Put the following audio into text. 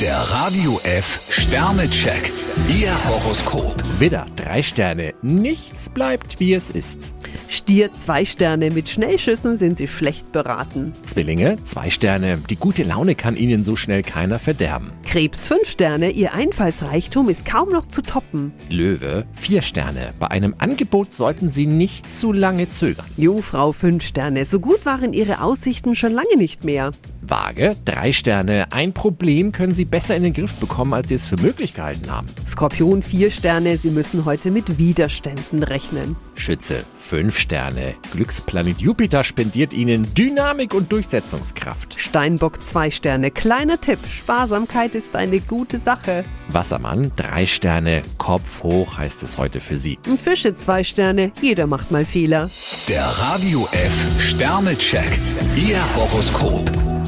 Der Radio F Sternecheck. Ihr Horoskop. Widder, drei Sterne. Nichts bleibt, wie es ist. Stier zwei Sterne, mit Schnellschüssen sind Sie schlecht beraten. Zwillinge, zwei Sterne. Die gute Laune kann Ihnen so schnell keiner verderben. Krebs fünf Sterne, Ihr Einfallsreichtum ist kaum noch zu toppen. Löwe, vier Sterne. Bei einem Angebot sollten Sie nicht zu lange zögern. Jungfrau fünf Sterne, so gut waren Ihre Aussichten schon lange nicht mehr. Waage, drei Sterne. Ein Problem können Sie besser in den Griff bekommen, als Sie es für möglich gehalten haben. Skorpion vier Sterne, Sie müssen heute mit Widerständen rechnen. Schütze, fünf Sterne. Glücksplanet Jupiter spendiert Ihnen Dynamik und Durchsetzungskraft. Steinbock zwei Sterne, kleiner Tipp, Sparsamkeit ist eine gute Sache. Wassermann, drei Sterne. Kopf hoch heißt es heute für Sie. Fische zwei Sterne, jeder macht mal Fehler. Der Radio F Sternecheck. Ihr Horoskop.